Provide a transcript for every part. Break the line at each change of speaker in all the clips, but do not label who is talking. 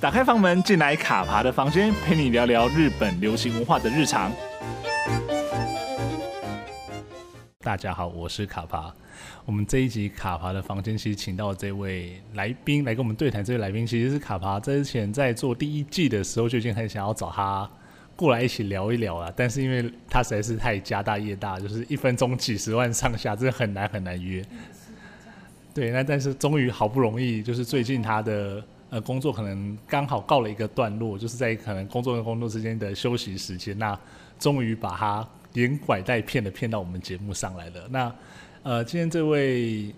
打开房门，进来卡爬的房间，陪你聊聊日本流行文化的日常。
大家好，我是卡帕。我们这一集卡帕的房间，其实请到这位来宾来跟我们对谈。这位来宾其实是卡帕之前在做第一季的时候就已经很想要找他过来一起聊一聊了，但是因为他实在是太家大业大，就是一分钟几十万上下，真的很难很难约。对，那但是终于好不容易，就是最近他的呃工作可能刚好告了一个段落，就是在可能工作跟工作之间的休息时间，那终于把他连拐带骗的骗到我们节目上来了。那呃，今天这位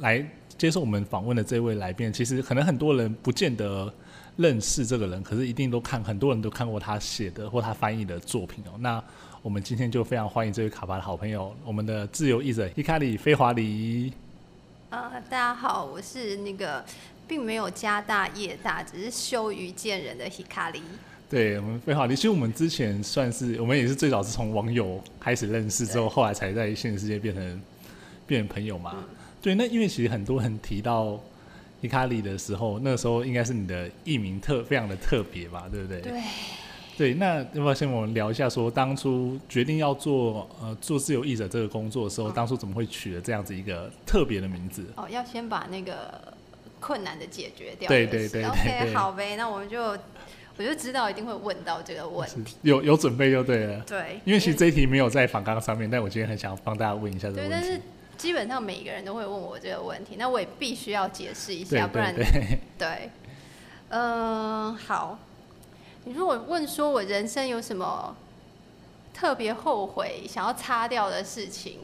来接受我们访问的这位来宾，其实可能很多人不见得认识这个人，可是一定都看，很多人都看过他写的或他翻译的作品哦。那我们今天就非常欢迎这位卡巴的好朋友，我们的自由译者伊卡里菲华黎。
呃，大家好，我是那个并没有家大业大，只是羞于见人的 Hikari。
对我们非好，其实我们之前算是我们也是最早是从网友开始认识，之后后来才在现实世界变成变成朋友嘛。
嗯
对，那因为其实很多人提到伊卡里的时候，那时候应该是你的艺名特非常的特别吧，对不对？
对，
对，那要不要先我们聊一下说，当初决定要做呃做自由译者这个工作的时
嗯
候，当初怎么会取了这样子一个特别的名字？
哦，要先把那个困难的解决掉。
对
就
对
是
对对
OK，
对
好呗，那我们就我就知道一定会问到这个问
是
题。
有有准备就对了。
对，
嗯因为其实这一题没有在访纲上面，但我今天很想帮大家问一下这个
对，
问题。
但是基本上每个人都会问我这个问题，那我也必须要解释一
对
下，不
对
然
对，
对，嗯、好。你如果问说我人生有什么特别后悔想要擦掉的事情，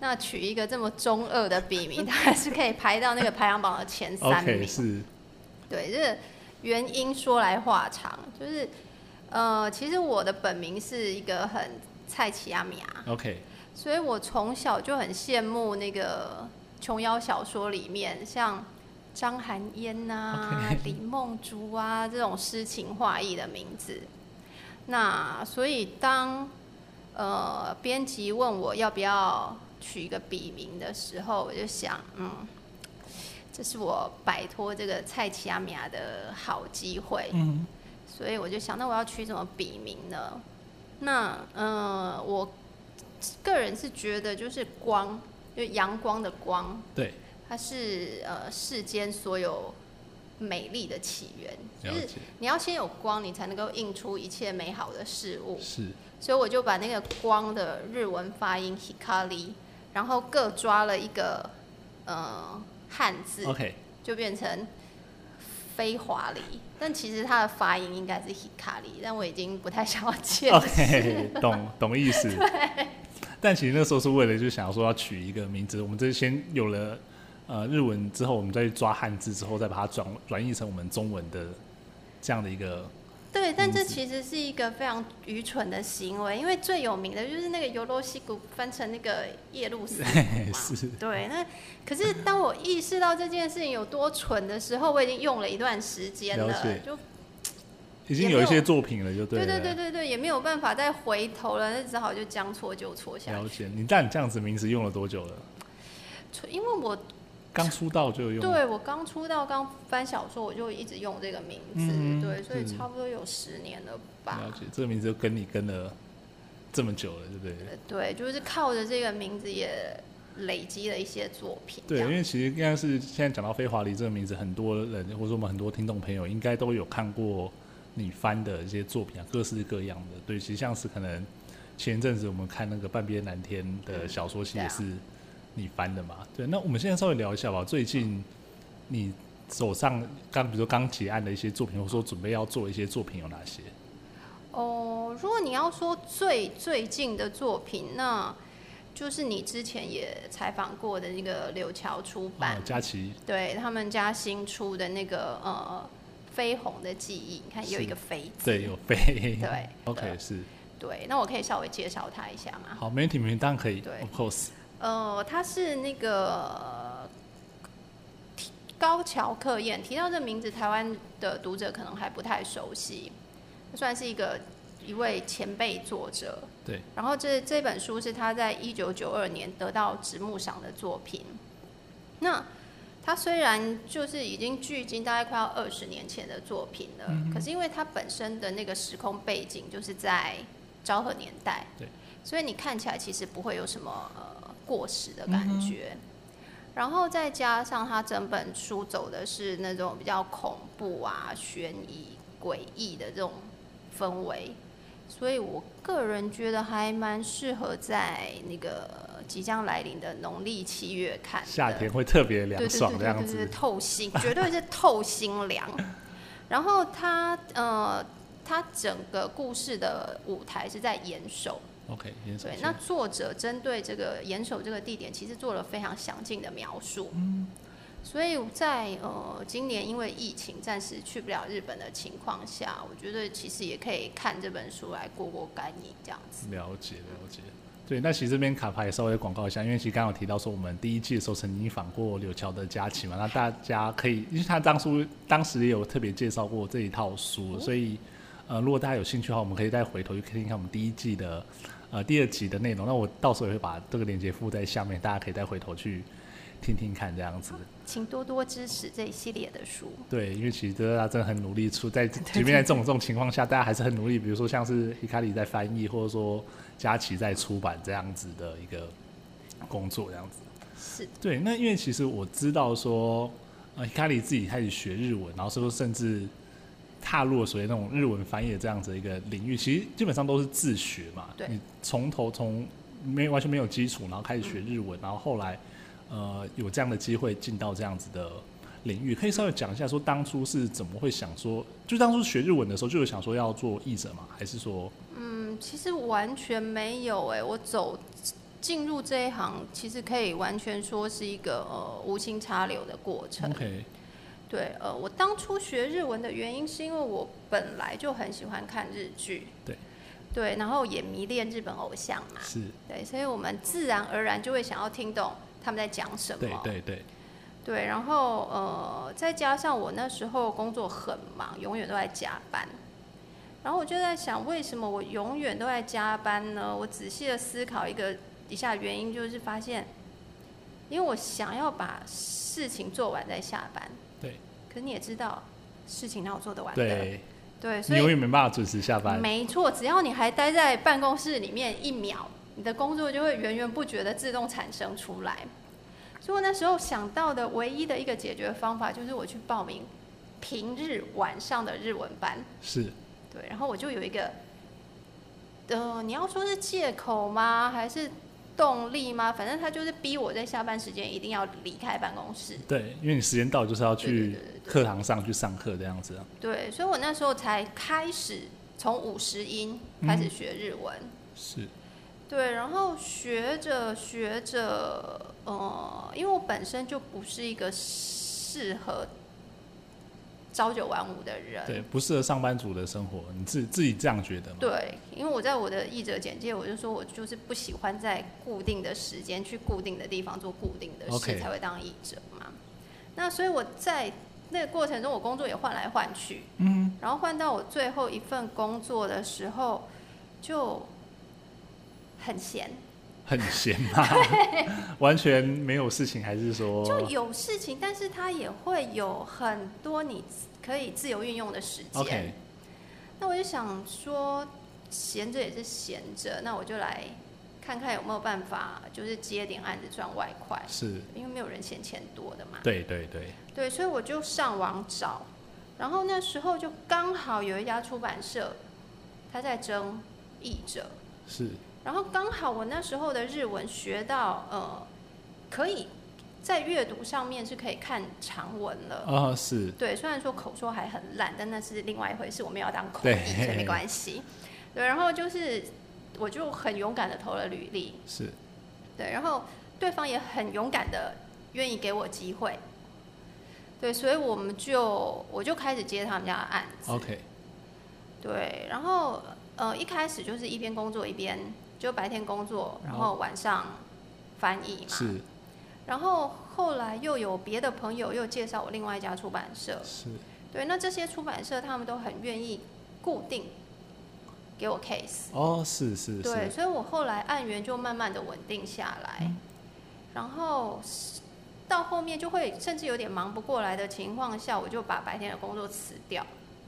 那取一个这么中二的笔名，当然是可以排到那个排行榜的前三名。
OK，是
对，这个原因说来话长，就是呃，其实我的本名是一个很菜奇亚米亚，啊
OK，
所以我从小就很羡慕那个琼瑶小说里面像张含烟呐、
OK
李梦竹啊这种诗情画意的名字。那所以当呃编辑问我要不要取一个笔名的时候，我就想，嗯，这是我摆脱这个蔡奇亚米亚的好机会。
嗯，
所以我就想，那我要取什么笔名呢？那嗯、呃我个人是觉得就是光，就阳光的光，
对，
它是呃世间所有美丽的起源，就
了
是
解，
你要先有光，你才能够映出一切美好的事物。
是
所以我就把那个光的日文发音 hikari，然后各抓了一个呃汉字
OK，
就变成非华丽，但其实它的发音应该是 hikari，但我已经不太想要 解释。
OK，懂 懂意思。但其实那时候是为了就想说要取一个名字，我们这先有了呃日文之后，我们再去抓汉字之后，再把它转转译成我们中文的这样的一个
对，但这
名字
其实是一个非常愚蠢的行为，因为最有名的就是那个尤罗西古翻成那个夜路斯嘛。
是
对，那可是当我意识到这件事情有多蠢的时候，我已经用了一段时间
了
了
解，
就
已经
也没
有一些
有
作品了，就对
对
了。
对对对对，也没有办法再回头了，那只好就将错就错下
了
去。
解。你但你这样子名字用了多久了？
因为我
刚出道就用，
对我刚出道刚翻小说，我就一直用这个名字，
嗯
对，所以
是
差不多有十年了吧。
了解。这个名字就跟你跟了这么久了，对不对？
呃对，就是靠着这个名字也累积了一些作品。
对，
这
因
样
为其实应该是现在讲到飞华黎这个名字，很多人或者说我们很多听众朋友应该都有看过你翻的一些作品啊，各式各样的。对，其实像是可能前一阵子我们看那个半边蓝天的小说，其实
对啊
也是你翻的嘛。对，那我们现在稍微聊一下吧。最近你手上刚比如说刚结案的一些作品，或者说准备要做一些作品有哪些？
哦，如果你要说最最近的作品，那就是你之前也采访过的那个柳桥出版，
啊，佳琪，
对他们家新出的那个呃《绯红的记忆》，你看有
是
一个“绯”字，
对，有飞，
对
，OK，是
对，那我可以稍微介绍他一下吗？
好，没问题，没问题，当然可以
对
，Of course，
呃，他是那个提高桥克彦。提到这名字，台湾的读者可能还不太熟悉，算是一个一位前辈作者。
对。
然后这这本书是他在一九九二年得到直木赏的作品。那它虽然就是已经距今大概快要二十年前的作品了，
嗯
可是因为它本身的那个时空背景就是在昭和年代，
对，
所以你看起来其实不会有什么呃过时的
嗯
感觉。然后再加上它整本书走的是那种比较恐怖啊、悬疑、诡异的这种氛围，所以我个人觉得还蛮适合在那个即将来临的农历七月看的。
夏天会特别凉
啊对对
爽
对
这
对
样
对对，
子。
透心， 绝对是透心凉。然后它呃，它整个故事的舞台是在岩手，
OK，严守
对
住。
那作者针对这个岩手这个地点，其实做了非常详尽的描述。
嗯
所以在呃今年因为疫情暂时去不了日本的情况下，我觉得其实也可以看这本书来过过干瘾这样子。
了解了解。对，那其实这边卡牌也稍微广告一下，因为其实刚刚有提到说，我们第一季的时候曾经访过柳桥的佳琪嘛，那大家可以，因为他当初当时也有特别介绍过这一套书，所以呃，如果大家有兴趣的话，我们可以再回头去听一看我们第一季的呃第二集的内容。那我到时候也会把这个链接附在下面，大家可以再回头去听听看这样子。
请多多支持这一系列的书。
对，因为其实大家真的很努力出，在即便在这种这种情况下，大家还是很努力。比如说像是 Hikari 在翻译，或者说佳琪在出版这样子的一个工作，这样子。
是
对，那因为其实我知道说，呃，Hikari 自己开始学日文，然后说甚至踏入了所谓那种日文翻译的这样子一个领域，其实基本上都是自学嘛。
对
你从头从没完全没有基础，然后开始学日文，然后后来呃有这样的机会进到这样子的领域，可以稍微讲一下说当初是怎么会想说，就当初学日文的时候就有想说要做译者嘛，还是说
嗯，其实完全没有哎、我走进入这一行，其实可以完全说是一个呃无心插柳的过程。
OK
对，呃，我当初学日文的原因是因为我本来就很喜欢看日剧，
对，
对，然后也迷恋日本偶像嘛，
是
对，所以我们自然而然就会想要听懂他们在讲什么，
对对对
对，然后呃，再加上我那时候工作很忙，永远都在加班。然后我就在想，为什么我永远都在加班呢？我仔细的思考一个一下原因，就是发现，因为我想要把事情做完再下班。
对。
可是你也知道，事情哪有做得完的？
对，
对，所
你
以
永远没办法准时下班。
没错，只要你还待在办公室里面一秒，你的工作就会源源不绝的自动产生出来。所以我那时候想到的唯一的一个解决方法，就是我去报名平日晚上的日文班。
是
对，然后我就有一个，呃，你要说是借口吗？还是动力吗？反正他就是逼我在下班时间一定要离开办公室。
对，因为你时间到就是要去
对对对对
课堂上去上课这样子啊。
对，所以我那时候才开始从五十音开始学日文。
是
对，然后学着学着，呃，因为我本身就不是一个适合朝九晚五的人，
对，不适合上班族的生活，你自自己这样觉得吗？
对因为我在我的译者简介，我就说我就是不喜欢在固定的时间去固定的地方做固定的事
OK
才会当译者嘛。那所以我在那个过程中，我工作也换来换去，嗯，然后换到我最后一份工作的时候，就很闲。
很闲 嘛，完全没有事情，还是说
就有事情，但是它也会有很多你自可以自由运用的时间。
OK
那我就想说，闲着也是闲着，那我就来看看有没有办法，就是接点案子赚外快，
是？
因为没有人嫌钱多的嘛。
对对对，
对，所以我就上网找，然后那时候就刚好有一家出版社，他在征译者，
是
然后刚好我那时候的日文学到，呃，可以在阅读上面是可以看长文了。
啊、是
对，虽然说口说还很烂，但那是另外一回事，我们要当口
对
译，所以没关系。对，然后就是我就很勇敢的投了履历，
是
对，然后对方也很勇敢的愿意给我机会。对，所以我们就我就开始接他们家的案子。
OK
对，然后呃一开始就是一边工作一边就白天工作，然后晚上翻译嘛。
哦是
然后后来又有别的朋友又介绍我另外一家出版社，
是
对，那这些出版社他们都很愿意固定给我 case，
哦是是
对，
是嗯
所以我后来案源就慢慢的稳定下来，然后是到后面就会甚至有点忙不过来的情况下，我就把白天的工作辞掉，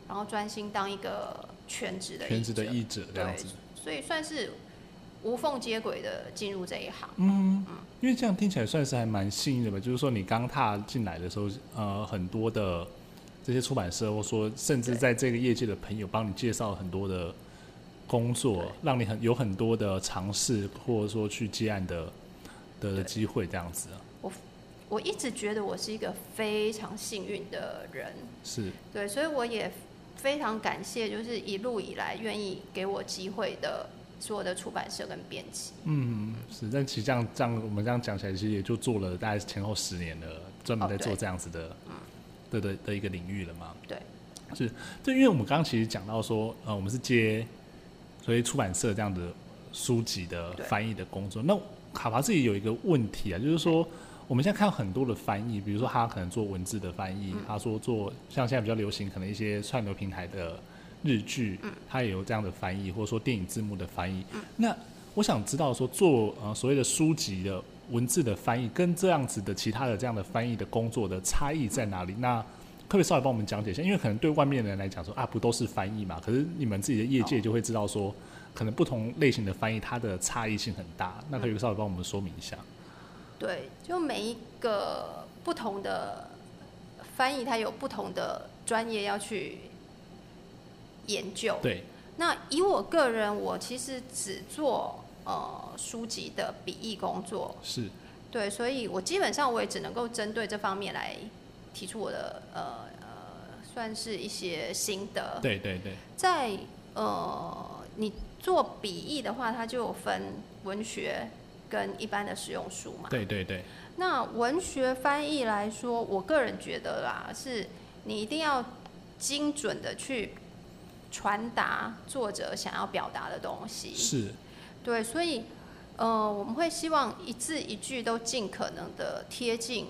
然后专心当一个全职的
全职的
译者
译者这样子。
所以算是无缝接轨的进入这一行。
嗯，因为这样听起来算是还蛮幸运的吧。就是说，你刚踏进来的时候，呃，很多的这些出版社，或说甚至
对
在这个业界的朋友，帮你介绍很多的工作
对，
让你很有很多的尝试，或者说去接案的的
对
机会，这样子啊
我一直觉得我是一个非常幸运的人，
是
对，所以我也非常感谢，就是一路以来愿意给我机会的所有的出版社跟编辑。
嗯是。但其实这样这样，我们这样讲起来，其实也就做了大概前后十年了，专门
哦
在做
对
这样子的、的的的一个领域了嘛。
对，
是，对，因为我们刚刚其实讲到说，呃，我们是接所谓出版社这样的书籍的
对
翻译的工作。那卡巴自己有一个问题啊，就是说，我们现在看到很多的翻译，比如说他可能做文字的翻译，他说做像现在比较流行，可能一些串流平台的日剧，他也有这样的翻译，或者说电影字幕的翻译。那我想知道说做呃所谓的书籍的文字的翻译，跟这样子的其他的这样的翻译的工作的差异在哪里？那可不可以稍微帮我们讲解一下？因为可能对外面的人来讲说啊，不都是翻译嘛，可是你们自己的业界就会知道说，可能不同类型的翻译它的差异性很大。那可以稍微帮我们说明一下。
对，就每一个不同的翻译，它有不同的专业要去研究。
对，
那以我个人，我其实只做呃书籍的笔译工作，
是
对，所以我基本上我也只能够针对这方面来提出我的呃呃，算是一些心得。
对对对，
在呃，你做笔译的话，它就有分文学跟一般的实用书嘛。
对对对，
那文学翻译来说，我个人觉得啦，是你一定要精准的去传达作者想要表达的东西。
是
对，所以呃，我们会希望一字一句都尽可能的贴近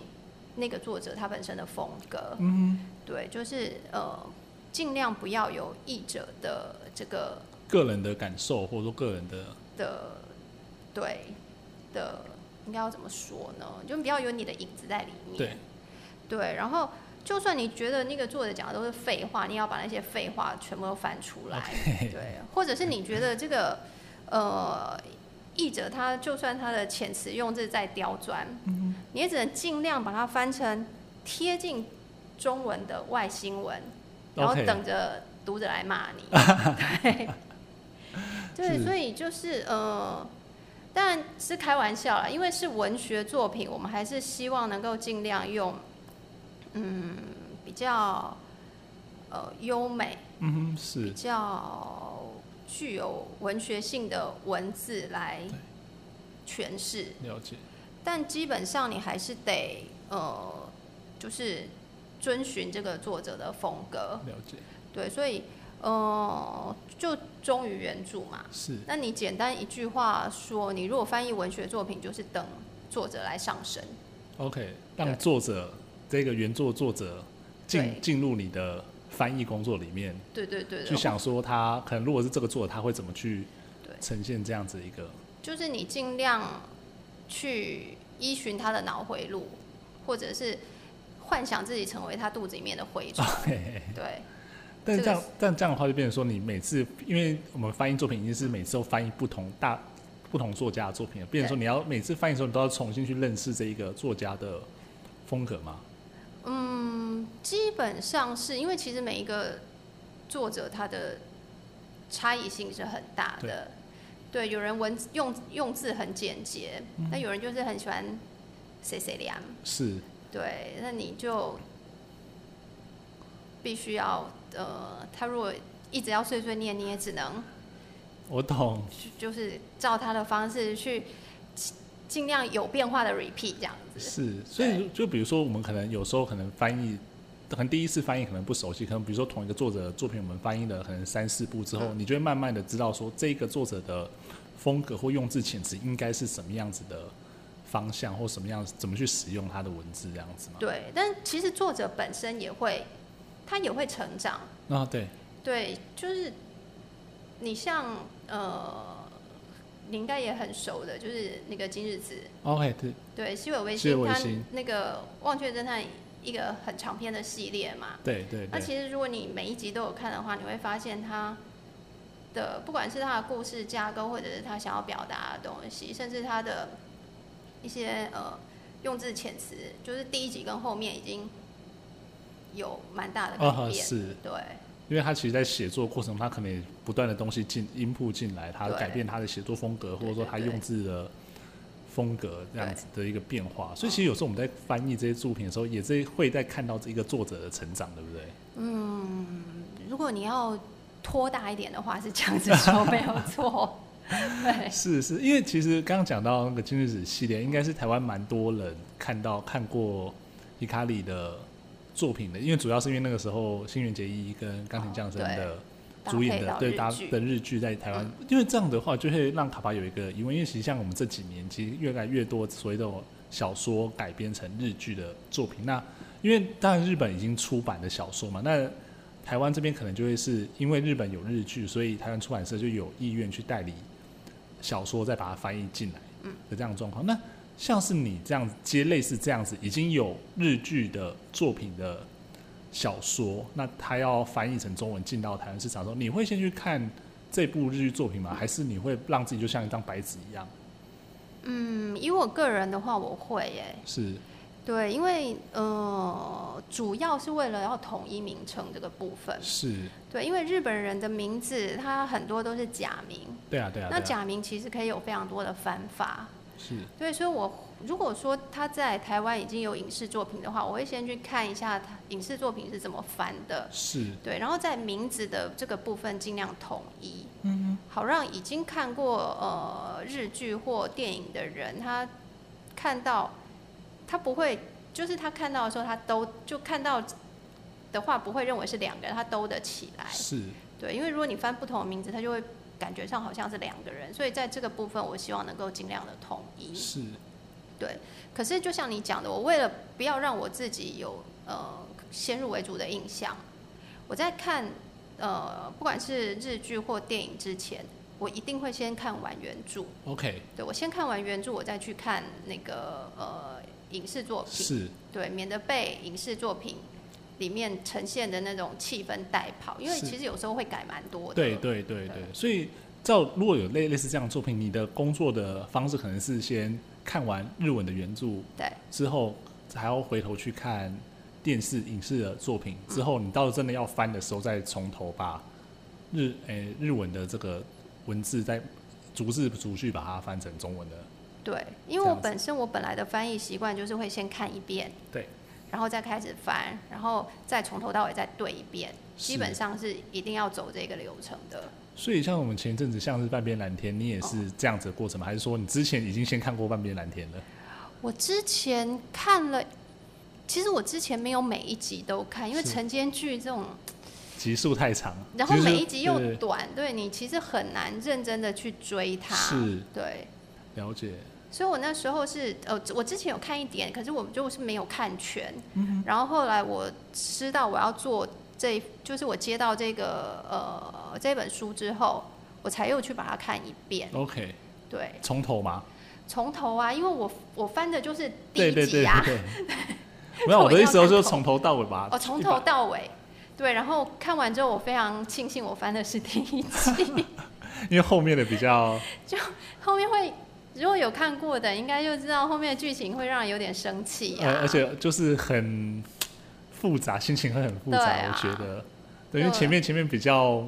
那个作者他本身的风格。
嗯，
对，就是呃，尽量不要有译者的这个
个人的感受或者说个人的
的对的，应该要怎么说呢？就不要有你的影子在里面。
对
对，然后就算你觉得那个作者讲的都是废话，你也要把那些废话全部都翻出来。对，或者是你觉得这个呃译者他就算他的遣词用字再刁钻，你也只能尽量把它翻成贴近中文的外星文，然后
OK
等着读者来骂 你。对，对，
是
所以就是呃。当然是开玩笑啦，因为是文学作品，我们还是希望能够尽量用，嗯，比较呃优美，
嗯哼是
比较具有文学性的文字来诠释，
了解
但基本上你还是得呃，就是遵循这个作者的风格，
了解
对，所以呃，就忠于原著嘛。
是
那你简单一句话说，你如果翻译文学作品，就是等作者来上身，
OK，
对
让作者这个原作作者进
对
进入你的翻译工作里面。
对对对
去
对，
想说他可能如果是这个做的，他会怎么去
对
呈现这样子一个
就是你尽量去依循他的脑回路，或者是幻想自己成为他肚子里面的蛔
啊
虫。对
但
这
这
个
样
是
但这样的话就变成说，你每次因为我们翻译作品已经是每次都翻译不同大不同作家的作品了，变成说
对
你要每次翻译的时候，你都要重新去认识这一个作家的风格嘛？
基本上是因为其实每一个作者他的差异性是很大的。对，有人文字用用字很简洁，那、有人就是很喜欢谁谁凉。
是
对，那你就必须要呃，他如果一直要碎碎念，你也只能
我懂，
就就是照他的方式去尽尽量有变化的 repeat 这样子。
是，所以就比如说，我们可能有时候可能翻译，可能第一次翻译可能不熟悉，可能比如说同一个作者的作品，我们翻译了可能三四部之
嗯
后，你就会慢慢的知道说这个作者的风格或用字遣词应该是什么样子的方向，或什么样怎么去使用他的文字这样子嘛。
对，但其实作者本身也会，他也会成长。
啊，对，
对，就是你像呃，你应该也很熟的，就是那个金日子，
OK，对，
对，西尾维
西尾
新
维
他
新
那个《忘却侦探》一个很长篇的系列嘛。
对对
那
对，
其实如果你每一集都有看的话，你会发现他的不管是他的故事架构，或者是他想要表达的东西，甚至他的一些呃用字遣词，就是第一集跟后面已经有蛮大的改
哦，
变。
是
对
因为他其实，在写作过程中，他可能也不断的东西进音铺进来，他
对
改变他的写作风格，或者说他
对对对
用字的风格这样子的一个变化。
哦
所以其实有时候我们在翻译这些作品的时候，也是会在看到这一个作者的成长，对不对？
如果你要拖大一点的话，是这样子说没有错。对
是是，因为其实刚刚讲到那个金日子系列，应该是台湾蛮多人看到看过伊卡里的作品的，因为主要是因为那个时候新垣结衣跟钢琴降生的
搭
主演
配
的、
到
对
日
搭
剧嗯
的日剧在台湾，因为这样的话就会让卡巴有一个疑问，因为其实像我们这几年其实越来越多所谓的小说改编成日剧的作品，那因为当然日本已经出版的小说嘛，那台湾这边可能就会是因为日本有日剧，所以台湾出版社就有意愿去代理小说，再把它翻译进来
嗯
的这样的状况。那像是你这样接类似这样子已经有日剧的作品的小说，那它要翻译成中文进到台湾市场的时候，你会先去看这部日剧作品吗？还是你会让自己就像一张白纸一样？
嗯，以我个人的话，我会耶、
是
对，因为呃，主要是为了要统一名称这个部分。
是，
对，因为日本人的名字，它很多都是假名。
对啊对啊，
那
对啊
假名其实可以有非常多的翻法。
是
对，所以我如果说他在台湾已经有影视作品的话，我会先去看一下他影视作品是怎么翻的。
是
对，然后在名字的这个部分尽量统一，嗯，好让已经看过呃日剧或电影的人，他看到他不会，就是他看到的时候，他都就看到的话，不会认为是两个人，他兜得起来，
是
对，因为如果你翻不同的名字，他就会感觉上好像是两个人，所以在这个部分，我希望能够尽量的统一。
是
对，可是就像你讲的，我为了不要让我自己有呃先入为主的印象，我在看呃不管是日剧或电影之前，我一定会先看完原著。
OK
对我先看完原著，我再去看那个呃影视作品，
是
对，免得被影视作品里面呈现的那种气氛带跑，因为
是
其实有时候会改蛮多的。
对对对对，所以照如果有类类似这样的作品，你的工作的方式可能是先看完日文的原著
对
之后，还要回头去看电视影视的作品，
嗯
之后你到真的要翻的时候，再从头把日诶、日文的这个文字再逐字逐句把它翻成中文的。
对，因
这
为我
样子
本身我本来的翻译习惯就是会先看一遍，
对，
然后再开始翻，然后再从头到尾再对一遍，基
是
本上是一定要走这个流程的。
所以像我们前阵子像是半边蓝天，你也
哦
是这样子的过程吗？还是说你之前已经先看过半边蓝天了？
我之前看了，其实我之前没有每一集都看，因为
是
晨间剧这种，
集数太长，
然后
其实
每一集又
对对对
短，对你其实很难认真的去追它。
是
对，
了解，
所以我那时候是呃，我之前有看一点，可是我就是没有看全。
嗯
然后后来我知道我要做这，就是我接到这个呃这本书之后，我才又去把它看一遍。
OK，
对，
从头吗？
从头啊，因为我我翻的就是
对
第
对
一
对
集啊，
对。 没有，我的意思就是从头到尾吧。
哦，从
一
头
把
到尾。对，然后看完之后，我非常庆幸我翻的是第一 集，
因为后面的比 较
后面会。如果有看过的，应该就知道后面的剧情会让人有点生气啊。
呃，而且就是很复杂，心情会很复杂。
对啊
我觉得，对，因为
对啊
前面前面比较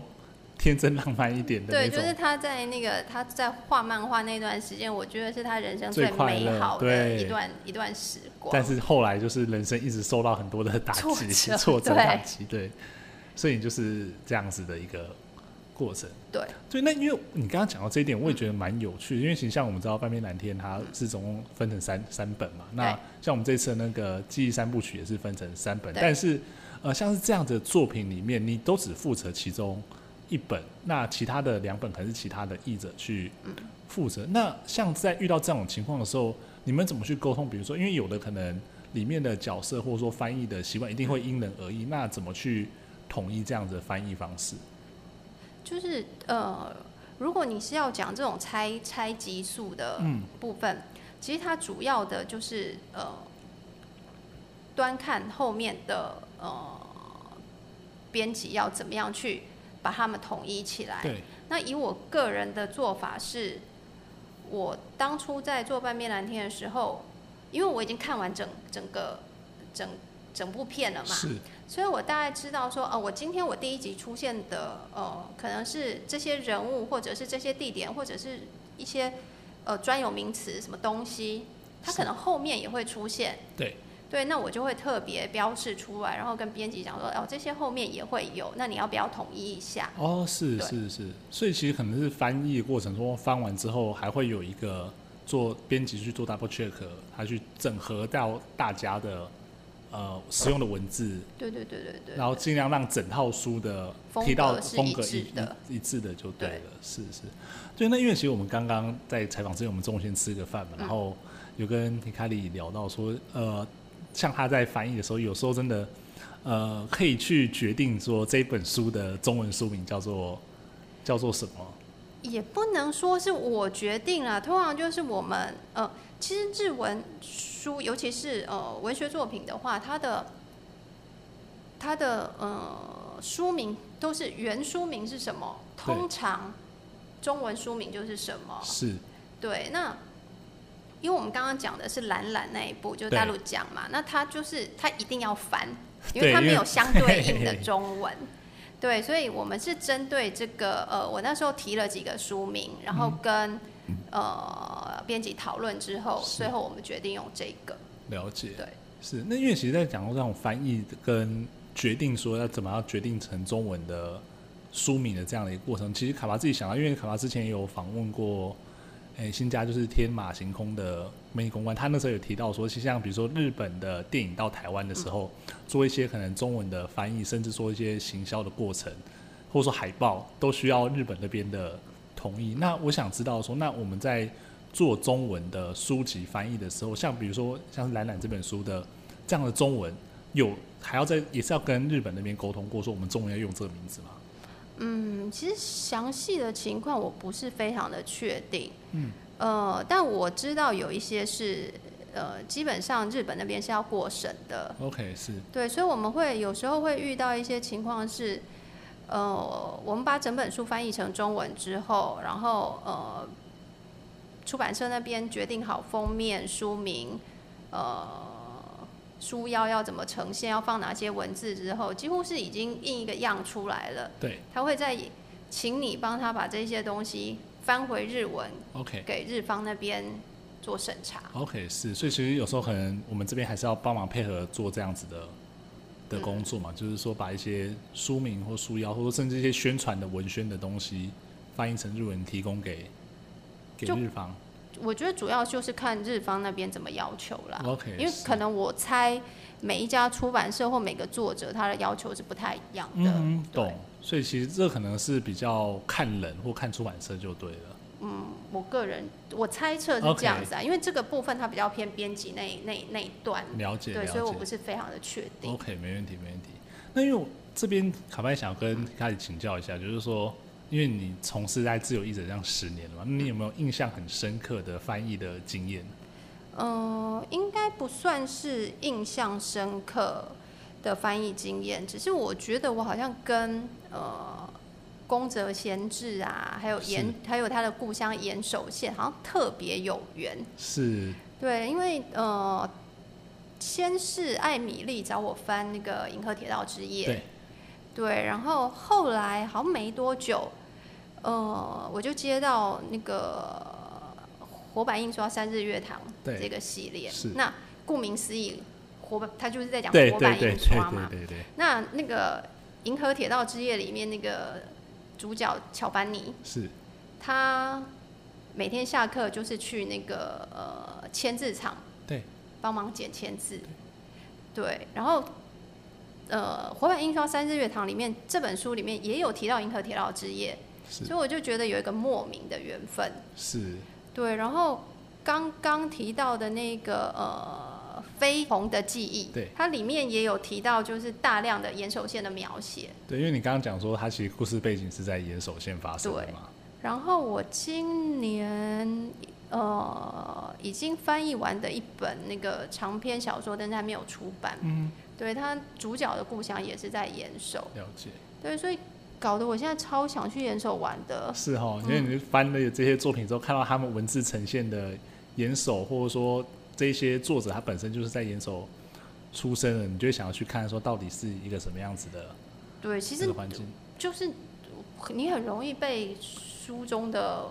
天真浪漫一点的
对，
那
就
种，
是他在那个他在画漫画那段时间，我觉得是他人生
最快
美
乐
好的
对
一段一段时光。
但是后来就是人生一直受到很多的打
挫
击、
折
挫折、
对
打击，对，所以你就是这样子的一个过程。
对
对，那因为你刚刚讲到这一点，我也觉得蛮有趣的，因为其实像我们知道《半边蓝天》它是总共分成三三本嘛，那
对
像我们这次的那个《记忆三部曲》也是分成三本，
对
但是呃，像是这样的作品里面，你都只负责其中一本，那其他的两本可能是其他的译者去
嗯
负责。那像在遇到这种情况的时候，你们怎么去沟通？比如说，因为有的可能里面的角色或者说翻译的习惯一定会因人而异，那怎么去统一这样子的翻译方式？
就是呃，如果你是要讲这种拆拆级数的
嗯
部分，其实它主要的就是呃，端看后面的呃编辑要怎么样去把它们统一起来。
对，
那以我个人的做法是，我当初在做《半边蓝天》的时候，因为我已经看完整整个整整部片了嘛，
是，
所以我大概知道说，呃，我今天我第一集出现的，呃，可能是这些人物，或者是这些地点，或者是一些呃专有名词什么东西，它
是
可能后面也会出现。
对，
对，那我就会特别标示出来，然后跟编辑讲说，哦，这些后面也会有，那你要不要统一一下？
哦，是
对
是是，所以其实可能是翻译过程中翻完之后，还会有一个做编辑去做 double check，他去整合到大家的呃使用的文字，
对对对对对。
然后尽量让整套书的
风
提到
格是
风
一
格
致的
一一致的就对了
对。
是是，对。那因为其实我们刚刚在采访之前，我们中午先吃个饭嘛，
嗯
然后有跟皮卡里聊到说，呃，像他在翻译的时候，有时候真的呃可以去决定说这本书的中文书名叫做叫做什么。
也不能说是我决定啦，通常就是我们呃，其实日文书，尤其是呃文学作品的话，它的它的呃书名都是原书名是什么，
对
通常中文书名就是什么。
是
对，那因为我们刚刚讲的是蓝蓝那一部，就是大
对
陆讲嘛，那它就是它一定 要翻，因
对
为它
因
没
为
有相对 应的
对
中文。对，所以我们是针对这个呃，我那时候提了几个书名，然
嗯
后跟、呃编辑讨论之后，
是
最后我们决定用这个。
了解。
对，
是，那因为其实，在讲到这种翻译跟决定说要怎么样决定成中文的书名的这样的一个过程，其实卡巴自己想到，因为卡巴之前也有访问过，诶、新家就是天马行空的媒体公关，他那时候有提到说，其实像比如说日本的电影到台湾的时候，做一些可能中文的翻译，甚至做一些行销的过程，或者说海报，都需要日本那边的同意。那我想知道说，那我们在做中文的书籍翻译的时候，像比如说像是《懒懒》这本书的这样的中文，有还要在也是要跟日本那边沟通过，说我们中文要用这个名字吗？
嗯，其实详细的情况我不是非常的确定。嗯，呃，但我知道有一些是呃，基本上日本那边是要过审的，
OK，是
对，所以我们会有时候会遇到一些情况是，呃，我们把整本书翻译成中文之后，然后呃，出版社那边决定好封面、书名，呃，书腰要怎么呈现，要放哪些文字之后，几乎是已经印一个样出来了。
对
他会再请你帮他把这些东西翻回日文，
，OK。
给日方那边做审查。
OK，是，所以其实有时候可能我们这边还是要帮忙配合做这样子的的工作
嗯
嘛，就是说把一些书名或书腰，或者甚至一些宣传的文宣的东西翻译成日文，提供给给
就
日方。
我觉得主要就是看日方那边怎么要求啦。
OK，
因为
是
可能我猜每一家出版社或每个作者他的要求是不太一样的。
嗯，
对
懂。所以其实这可能是比较看人或看出版社就对了。
我个人我猜测是这样子啊因为这个部分它比较偏编辑那那那一段，
了解，了哦
对，
解。
所以我不是非常的确定。
OK，没问题，没问题。那因为我这边卡巴也想跟卡里请教一下，就是说，因为你从事在自由译者这样十年了嘛，那你有没有印象很深刻的翻译的经验？
嗯、应该不算是印象深刻的翻译经验，只是我觉得我好像跟呃。宫泽贤治啊，还有岩，还有他的故乡岩手县，好像特别有缘。
是
对，因为呃，先是艾米丽找我翻那个《银河铁道之夜》
对
对然后后来好像没多久，呃，我就接到那个活版印刷《三日月堂》
对
这个系列
是，
那顾名思义，活版它就是在讲
对
活
对
版
对对
印刷嘛。
对对对，
那那个《银河铁道之夜》里面那个主角乔凡尼，
是
他每天下课就是去那个呃签字厂，
对，
帮忙剪签字，对，然后呃，活版印刷《三日月堂》里面这本书里面也有提到银河铁道之夜，
是
所以我就觉得有一个莫名的缘分，
是
对，然后刚刚提到的那个呃绯红的记忆，
对
它里面也有提到就是大量的岩手县的描写，
对，因为你刚刚讲说，它其实故事背景是在岩手县发生的嘛，
然后我今年呃已经翻译完的一本那个长篇小说，但是还没有出版。
嗯，
对，它主角的故乡也是在岩手，
了解。
对，所以搞得我现在超想去岩手玩的。
是哦，因为
嗯
你翻了这些作品之后，看到他们文字呈现的严守，或者说这些作者他本身就是在严守出生的，你就会想要去看说到底是一个什么样子的
对，其
这
实
个环境。
就是你很容易被书中的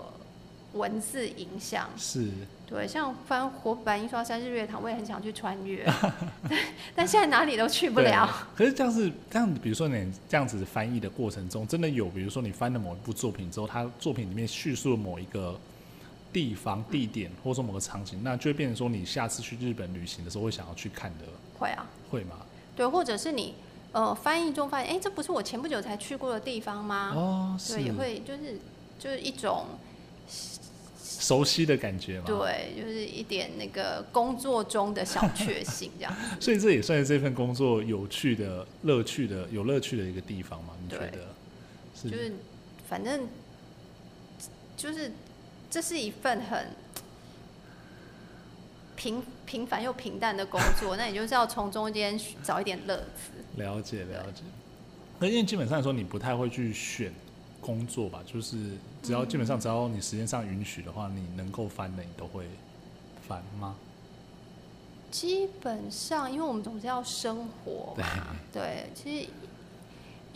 文字影响。
是，
对，像翻活版印刷山日月堂，我也很想去穿越， 对，但现在哪里都去不
对啊
了。。
可是这样是这样子，比如说你这样子翻译的过程中，真的有，比如说你翻了某一部作品之后，它作品里面叙述了某一个地方、地点，或者说某个场景，那就会变成说你下次去日本旅行的时候会想要去看的，
会啊，
会吗？
对，或者是你呃翻译中发现，哎，这不是我前不久才去过的地方吗？
哦，是
啊对，也会就是就是一种
熟悉的感觉嘛。
对，就是一点那个工作中的小确幸这样。
所以这也算是这份工作有趣的、乐趣的、有乐趣的一个地方嘛？你觉
对
得？ 是
就是反正就是这是一份很平平凡又平淡的工作，那你就是要从中间寻找一点乐子。
了解了解。那因为基本上来说，你不太会去选工作吧？就是只要基本上只要你时间上允许的话，你能够翻的你都会翻吗？
基本上，因为我们总是要生活嘛，对，其实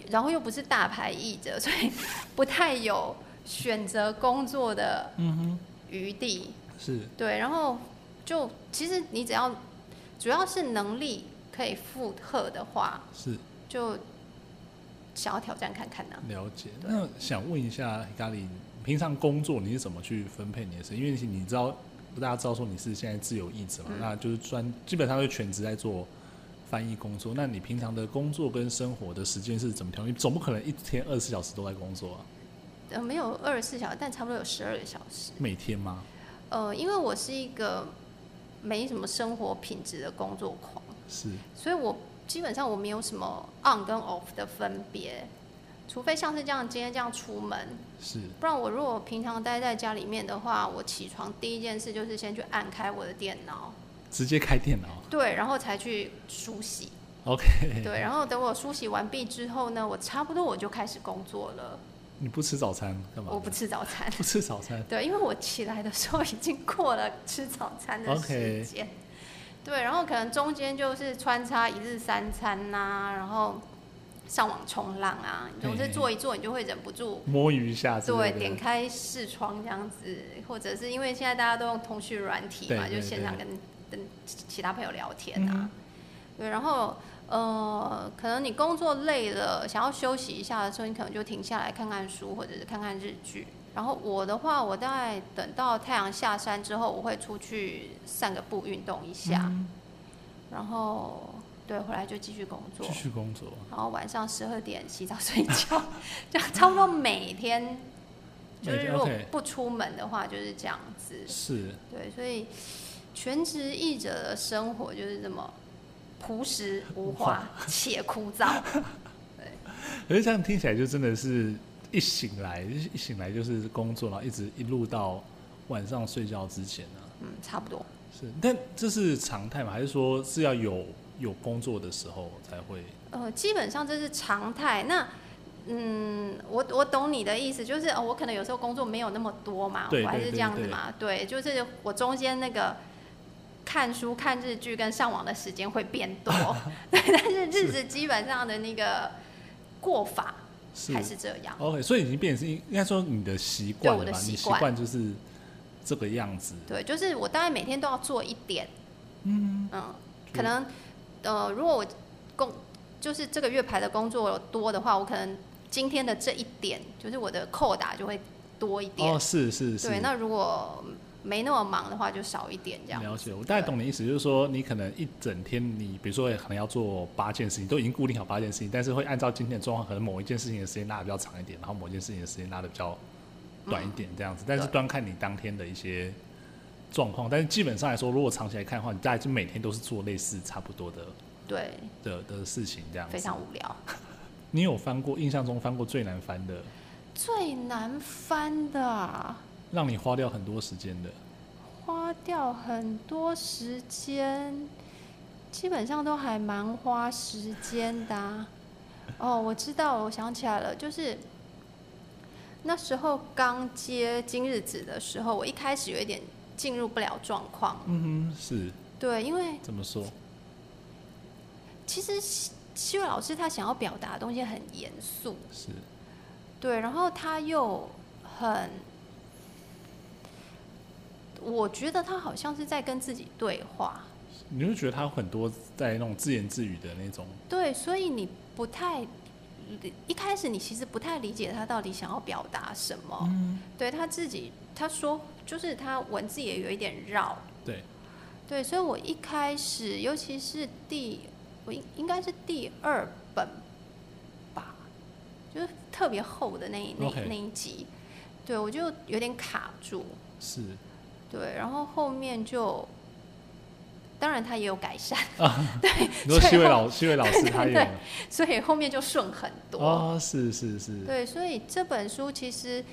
然后又不是大牌译者， 所以不太有选择工作的
嗯哼，
余地。
是
对，然后就其实你只要主要是能力可以负荷的话，
是
就想要挑战看看呢、
了解。那想问一下咖喱，平常工作你是怎么去分配你的时间？因为你知道大家知道说你是现在自由译者嘛，
嗯
那就是专基本上是全职在做翻译工作。那你平常的工作跟生活的时间是怎么调？你总不可能一天二十四小时都在工作啊，
呃，没有二十四小时，但差不多有十二个小时。
每天吗？
呃，因为我是一个没什么生活品质的工作狂，
是
所以我基本上我没有什么 on 跟 off 的分别，除非像是这样今天这样出门，
是
不然我如果平常待在家里面的话，我起床第一件事就是先去按开我的电脑，
直接开电脑
对，然后才去梳洗，
，OK？
对，，啊然后等我梳洗完毕之后呢，我差不多我就开始工作了，
你不吃早餐干嘛呢？
我不吃早餐。
不吃早餐，
对，因为我起来的时候已经过了吃早餐的
OK
时间对，然后可能中间就是穿插一日三餐呐、然后上网冲浪啊，你总
嘿
是
嘿
做一做，你就会忍不住
摸鱼一下之类
对
的，
点开视窗这样子，或者是因为现在大家都用通讯软体嘛，
对对
就线上
对嗯
跟跟其其他朋友聊天啊，对，然后呃，可能你工作累了，想要休息一下的时候，你可能就停下来看看书，或者是看看日剧。然后我的话，我大概等到太阳下山之后，我会出去散个步，运动一下，
嗯
然后对，回来就继续工作
继。续工作。
然后晚上十二点洗澡睡觉， 就差不多每天，就
每
是
天
如果
OK
不出门的话就是这样子。
是
对，所以全职译者的生活就是这么朴实无华且枯燥。
可是这样听起来就真的是一醒来，一醒来就是工作，然后一直一路到晚上睡觉之前啊。
嗯，差不多。
是，但这是常态吗？还是说是要有有工作的时候才会？
呃，基本上这是常态。那嗯，我我懂你的意思，就是、哦、我可能有时候工作没有那么多嘛，
对
我还
对
是
对
这样子
对
嘛，对，就是我中间那个看书、看日剧跟上网的时间会变 多，对，但是日子基本上的那个过法
是
还是这样，
OK，所以已经变成是应该说你的习惯了
对我
吧？
的
你
习
习
惯
惯就是这个样子。
对，就是我大概每天都要做一点，嗯可
哦
能呃，如果我工就是这个月排的工作多的话，我可能今天的这一点，就是我的扣打就会多一点。
哦，是是是。
对，那如果没那么忙的话，就少一点这样。
了解，我大概懂你意思，就是说你可能一整天你，比如说可能要做八件事情，都已经固定好八件事情，但是会按照今天的状况，可能某一件事情的时间拉的比较长一点，然后某一件事情的时间拉的比较短一点这样子，但是
对
端看你当天的一些状况，但是基本上来说，如果长期来看的话，你大概就每天都是做类似差不多的
对，
的的事情这样子。
非常无聊。
你有翻过印象中翻过最难翻的
最难翻的啊、
让你花掉很多时间的。
花掉很多时间，基本上都还蛮花时间的啊、哦，我知道了，我想起来了，就是那时候刚接今日子的时候，我一开始有一点进入不了状况，
嗯哼，是
对，因为
怎么说？
其实西西瑞老师他想要表达的东西很严肃，
是
对，然后他又很，我觉得他好像是在跟自己对话，
你会觉得他有很多在那种自言自语的那种，
对，所以你不太理，一开始你其实不太理解他到底想要表达什么。
嗯，
对他自己，他说就是他文字也有一点绕。
对，
对，所以我一开始，尤其是第，我应应该是第二本吧，就是特别厚的那一那一
OK
那一集，对我就有点卡住。
是
对，然后后面就，当然他也有改善，
你说西
最
伟
后
老西伟老师他也
对所以后面就顺很多。
哦，是是是，
对，所以这本书其实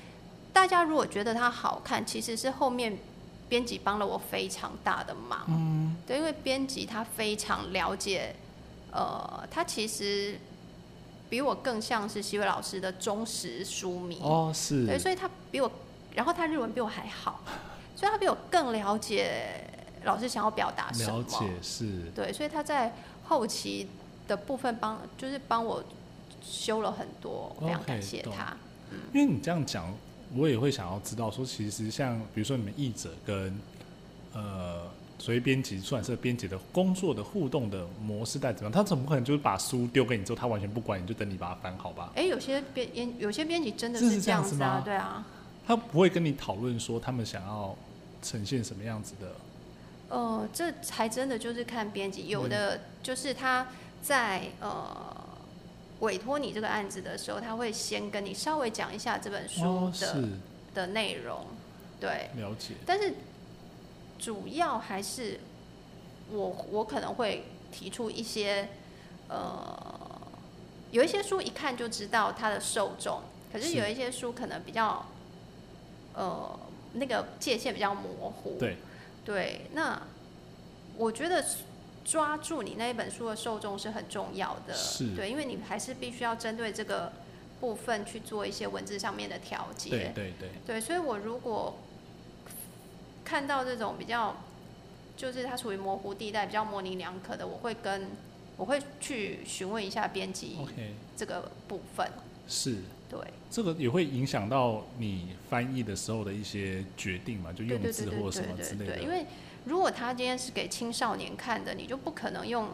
大家如果觉得它好看，其实是后面编辑帮了我非常大的忙。
嗯，
对，因为编辑他非常了解，呃，他其实比我更像是西伟老师的忠实书迷。
哦是，
对，所以他比我，然后他日文比我还好，所以他比我更了解老师想要表达什么。嗯
了解是，
对，所以他在后期的部分帮，就是帮我修了很多，我非常
OK，
感谢
哦懂
他。
因为你这样讲，我也会想要知道说，其实像比如说你们译者跟呃所谓编辑出版社编辑的工作的互动的模式在怎么样？他怎么可能就是把书丢给你之后，他完全不管你，就等你把它翻好吧？
哎、有些编研有些编辑真的
这
是
是
这
这样
样
子
子啊
吗，
对啊，
他不会跟你讨论说他们想要呈现什么样子的。
呃，这还真的就是看编辑，有
嗯
的就是他在呃委托你这个案子的时候，他会先跟你稍微讲一下这本书
哦，
的、
是
的内容，对，
了解，
但是主要还是我我可能会提出一些呃，有一些书一看就知道它的受众，可是
是
有一些书可能比较呃那个界限比较模糊。
对，
对，那我觉得抓住你那一本书的受众是很重要的，
是
对，因为你还是必须要针对这个部分去做一些文字上面的调节。
对对对，
对，所以我如果看到这种比较，就是它属于模糊地带、比较模棱两可的，我会跟我会去询问一下编辑
OK，
这个部分。
是
对，
这个也会影响到你翻译的时候的一些决定嘛，就
对
用
对对
字
对
或
对
什么之类
对对
的。
对，因为如果他今天是给青少年看的，你就不可能用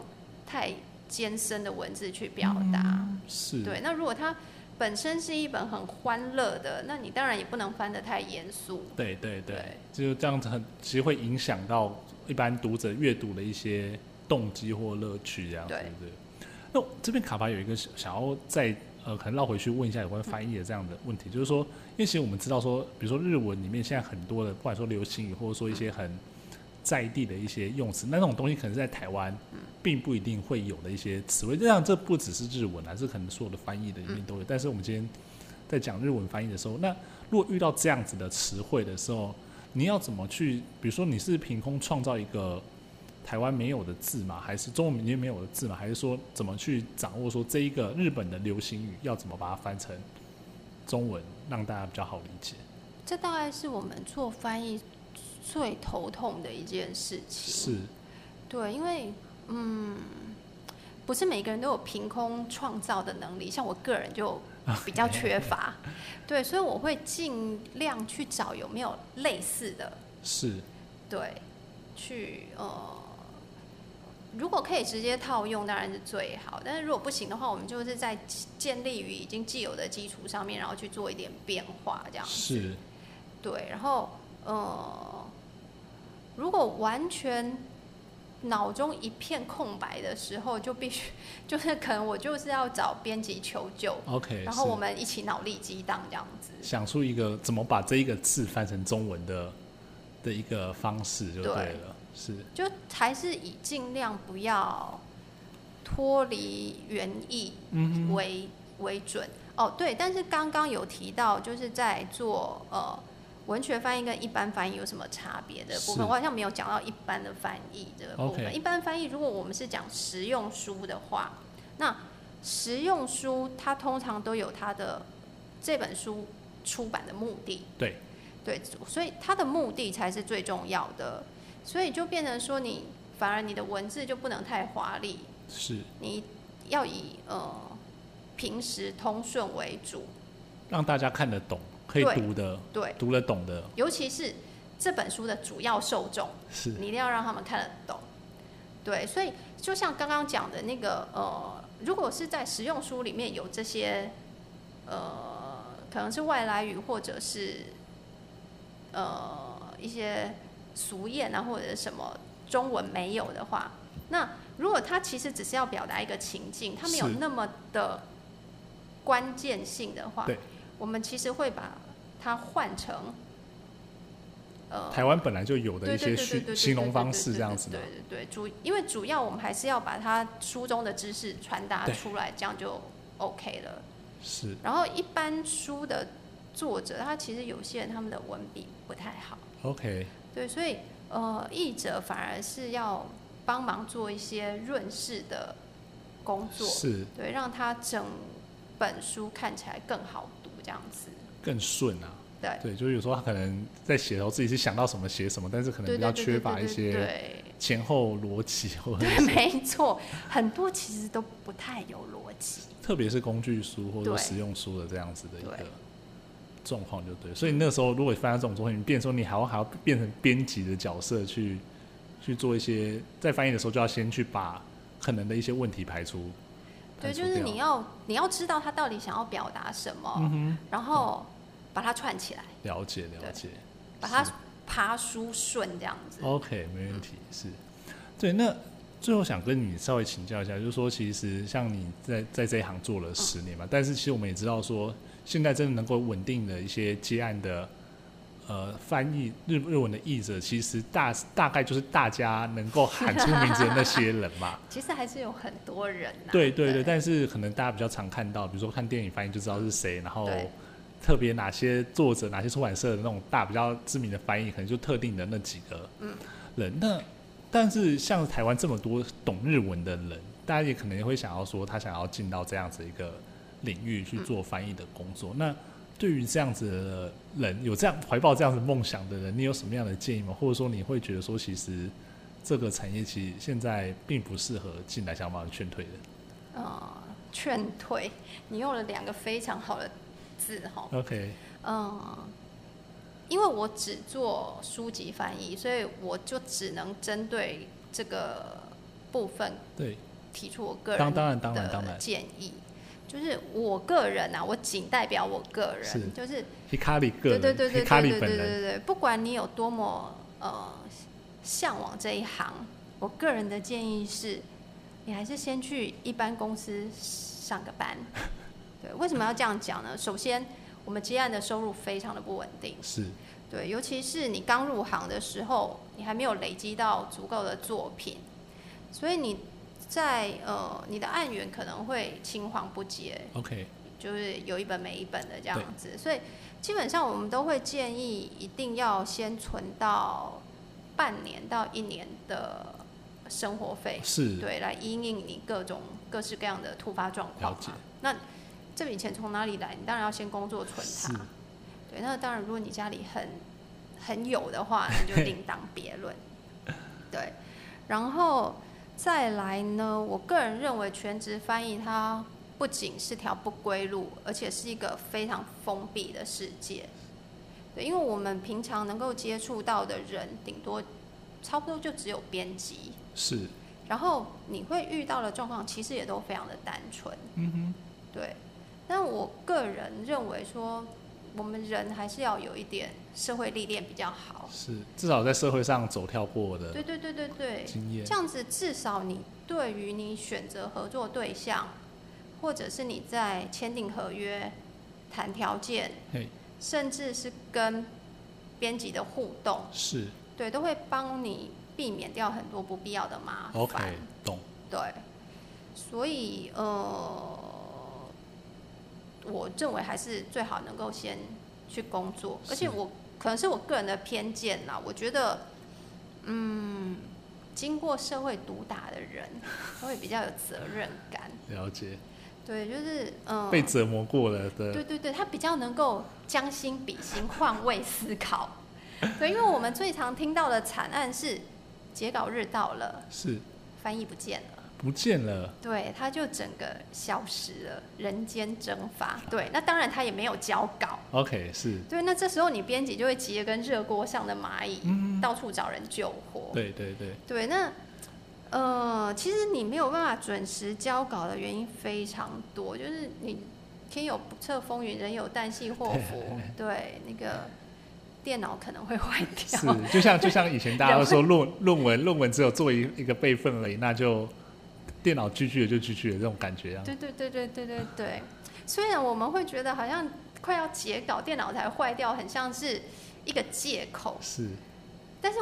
太艰深的文字去表达。
嗯是，
对，那如果它本身是一本很欢乐的，那你当然也不能翻得太严肃。
对对对
对，
就是这样子很，其实会影响到一般读者阅读的一些动机或乐趣，这样子
对
对不对？那我这边卡巴有一个想想要再呃，可能绕回去问一下有关翻译的这样的问题，就是说，因为其实我们知道说，比如说日文里面现在很多的，不管说流行语或者说一些很在地的一些用词，那那种东西可能是在台湾并不一定会有的一些词汇。这样这不只是日文啊，这可能所有的翻译的里面都有。但是我们今天在讲日文翻译的时候，那如果遇到这样子的词汇的时候，你要怎么去？比如说你是凭空创造一个台湾没有的字吗？还是中文里面没有的字吗？还是说怎么去掌握说这一个日本的流行语要怎么把它翻成中文，让大家比较好理解？
这大概是我们做翻译最头痛的一件事情。
是
对，因为嗯，不是每个人都有凭空创造的能力，像我个人就比较缺乏。对，所以我会尽量去找有没有类似的，
是
对，去呃，如果可以直接套用，当然是最好。但是如果不行的话，我们就是在建立于已经既有的基础上面，然后去做一点变化，这样
是
对，然后呃，如果完全脑中一片空白的时候，就必须 就是可能我就是要找编辑求救，
OK。
然后
是
我们一起脑力激荡这样子。
想出一个怎么把这一个字翻成中文的的一个方式就对了。
对
是
就还是以尽量不要脱离原意
嗯
为、为准。哦，对，但是刚刚有提到，就是在做呃文学翻译跟一般翻译有什么差别的部
是
分，我好像没有讲到一般的翻译的部分。
OK
一般翻译，如果我们是讲实用书的话，那实用书它通常都有它的这本书出版的目的，
对，
对，所以它的目的才是最重要的，所以就变成说你反而你的文字就不能太华丽，
是
你要以呃平时通顺为主，
让大家看得懂，可以
对
读的，
对，
读得懂的，
尤其是这本书的主要受众，
是
你一定要让他们看得懂。对，所以就像刚刚讲的那个呃，如果是在实用书里面有这些呃，可能是外来语或者是呃一些俗谚啊或者是什么中文没有的话，那如果他其实只是要表达一个情境，他没有
是
那么的关键性的话
对，
我们其实会把它换成呃
台湾本来就有的
对
一些
对对对
虚
对对
形容
对
方
对
式
对
这样
对
子嘛
对。对对，主因为主要我们还是要把它书中的知识传达
对
出来，这样就 OK 了。
是
然后一般书的作者，他其实有些人他们的文笔不太好，
OK，
对，所以呃，译者反而是要帮忙做一些润饰的工作，
是
对，让他整本书看起来更好读，这样子，
更顺啊。
对。
对，就是有时候他可能在写的时候自己是想到什么写什么，但是可能
对
比较
对对
缺
对
乏
对
一
对
些
对
前后逻辑， 或者
对，没错，很多其实都不太有逻辑。
特别是工具书或者
对
实用书的这样子的一个
对
状况就对。所以那时候如果发生这种状况，你变成说你还要还要变成编辑的角色去去做一些，在翻译的时候就要先去把可能的一些问题排除。
对，
排除
就是
掉嗯
你要你要知道他到底想要表达什么，然后把它串起来，
了解了
对
解。
把它
是哦
爬书顺这样子。
OK，没问题，是。对，那最后想跟你稍微请教一下，就是说，其实像你在在这一行做了十年嘛，但是其实我们也知道说，现在真的能够稳定的一些接案的。呃，翻译日日文的译者，其实大大概就是大家能够喊出名字的那些人嘛。
其实还是有很多人呐、
对对对，但是可能大家比较常看到，比如说看电影翻译就知道是谁，然后
对
特别哪些作者、哪些出版社的那种大比较知名的翻译，可能就特定的那几个人。那但是像台湾这么多懂日文的人，大家也可能会想要说，他想要进到这样子一个领域去做翻译的工作。那对于这样子的人，有这样怀抱这样子梦想的人，你有什么样的建议吗？或者说你会觉得说，其实这个产业其实现在并不适合进来想把它劝退的？
呃，劝退，你用了两个非常好的字哈，
OK，
嗯。因为我只做书籍翻译，所以我就只能针对这个部分
对，
提出我个
当
人
当然当然当
的
然
建议，就是我个人啊，我仅代表我个人，
是
就是
皮卡里个
对
人，
对对对
皮
对
卡里
对对
本
对
人，
对对，不管你有多么呃向往这一行，我个人的建议是，你还是先去一般公司上个班。对，为什么要这样讲呢？首先，我们接案的收入非常的不稳定，
是
对，尤其是你刚入行的时候，你还没有累积到足够的作品，所以你在呃你的案源可能会青黄不接，
OK，
就是有一本没一本的这样子，所以基本上我们都会建议一定要先存到半年到一年的生活费，
是
对，来因应你各种各式各样的突发状况
了解
嘛。那这笔钱从哪里来？你当然要先工作存
是
它。对，那当然，如果你家里很很有的话，你就另当别论。对，然后再来呢，我个人认为全职翻译它不仅是条不归路，而且是一个非常封闭的世界。对，因为我们平常能够接触到的人，顶多差不多就只有编辑，
是，
然后你会遇到的状况其实也都非常的单纯。
嗯哼，
对，但我个人认为说，我们人还是要有一点社会历练比较好。
是，至少在社会上走跳过
对
的
对对对对，
经验
这样子至少你对于你选择合作对象，或者是你在签订合约、谈条件
嘿，
甚至是跟编辑的互动，
是
对，都会帮你避免掉很多不必要的麻烦。
OK，懂，
对，所以呃，我认为还是最好能够先去工作，
是
而且我可能是我个人的偏见啦，我觉得，嗯，经过社会毒打的人会比较有责任感，
了解，
对，就是嗯，
被折磨过了的，
对对对，他比较能够将心比心，换位思考。对，因为我们最常听到的惨案是截稿日到了，
是
翻译不见了。
不见了，
对，他就整个消失了，人间蒸发。对，那当然他也没有交稿。
OK，是，
对，那这时候你编辑就会急得跟热锅上的蚂蚁，
嗯，
到处找人救火。
对对对，。
对，那呃，其实你没有办法准时交稿的原因非常多，就是你天有不测风云，人有旦夕祸福 对，那个电脑可能会坏掉。
是，就像就像以前大家都 说论论文论文只有做一一个备份而已，那就电脑拒绝就拒绝这种感觉啊，
对对对对对对对。虽然我们会觉得好像快要截稿，电脑才坏掉，很像是一个借口，
是
但是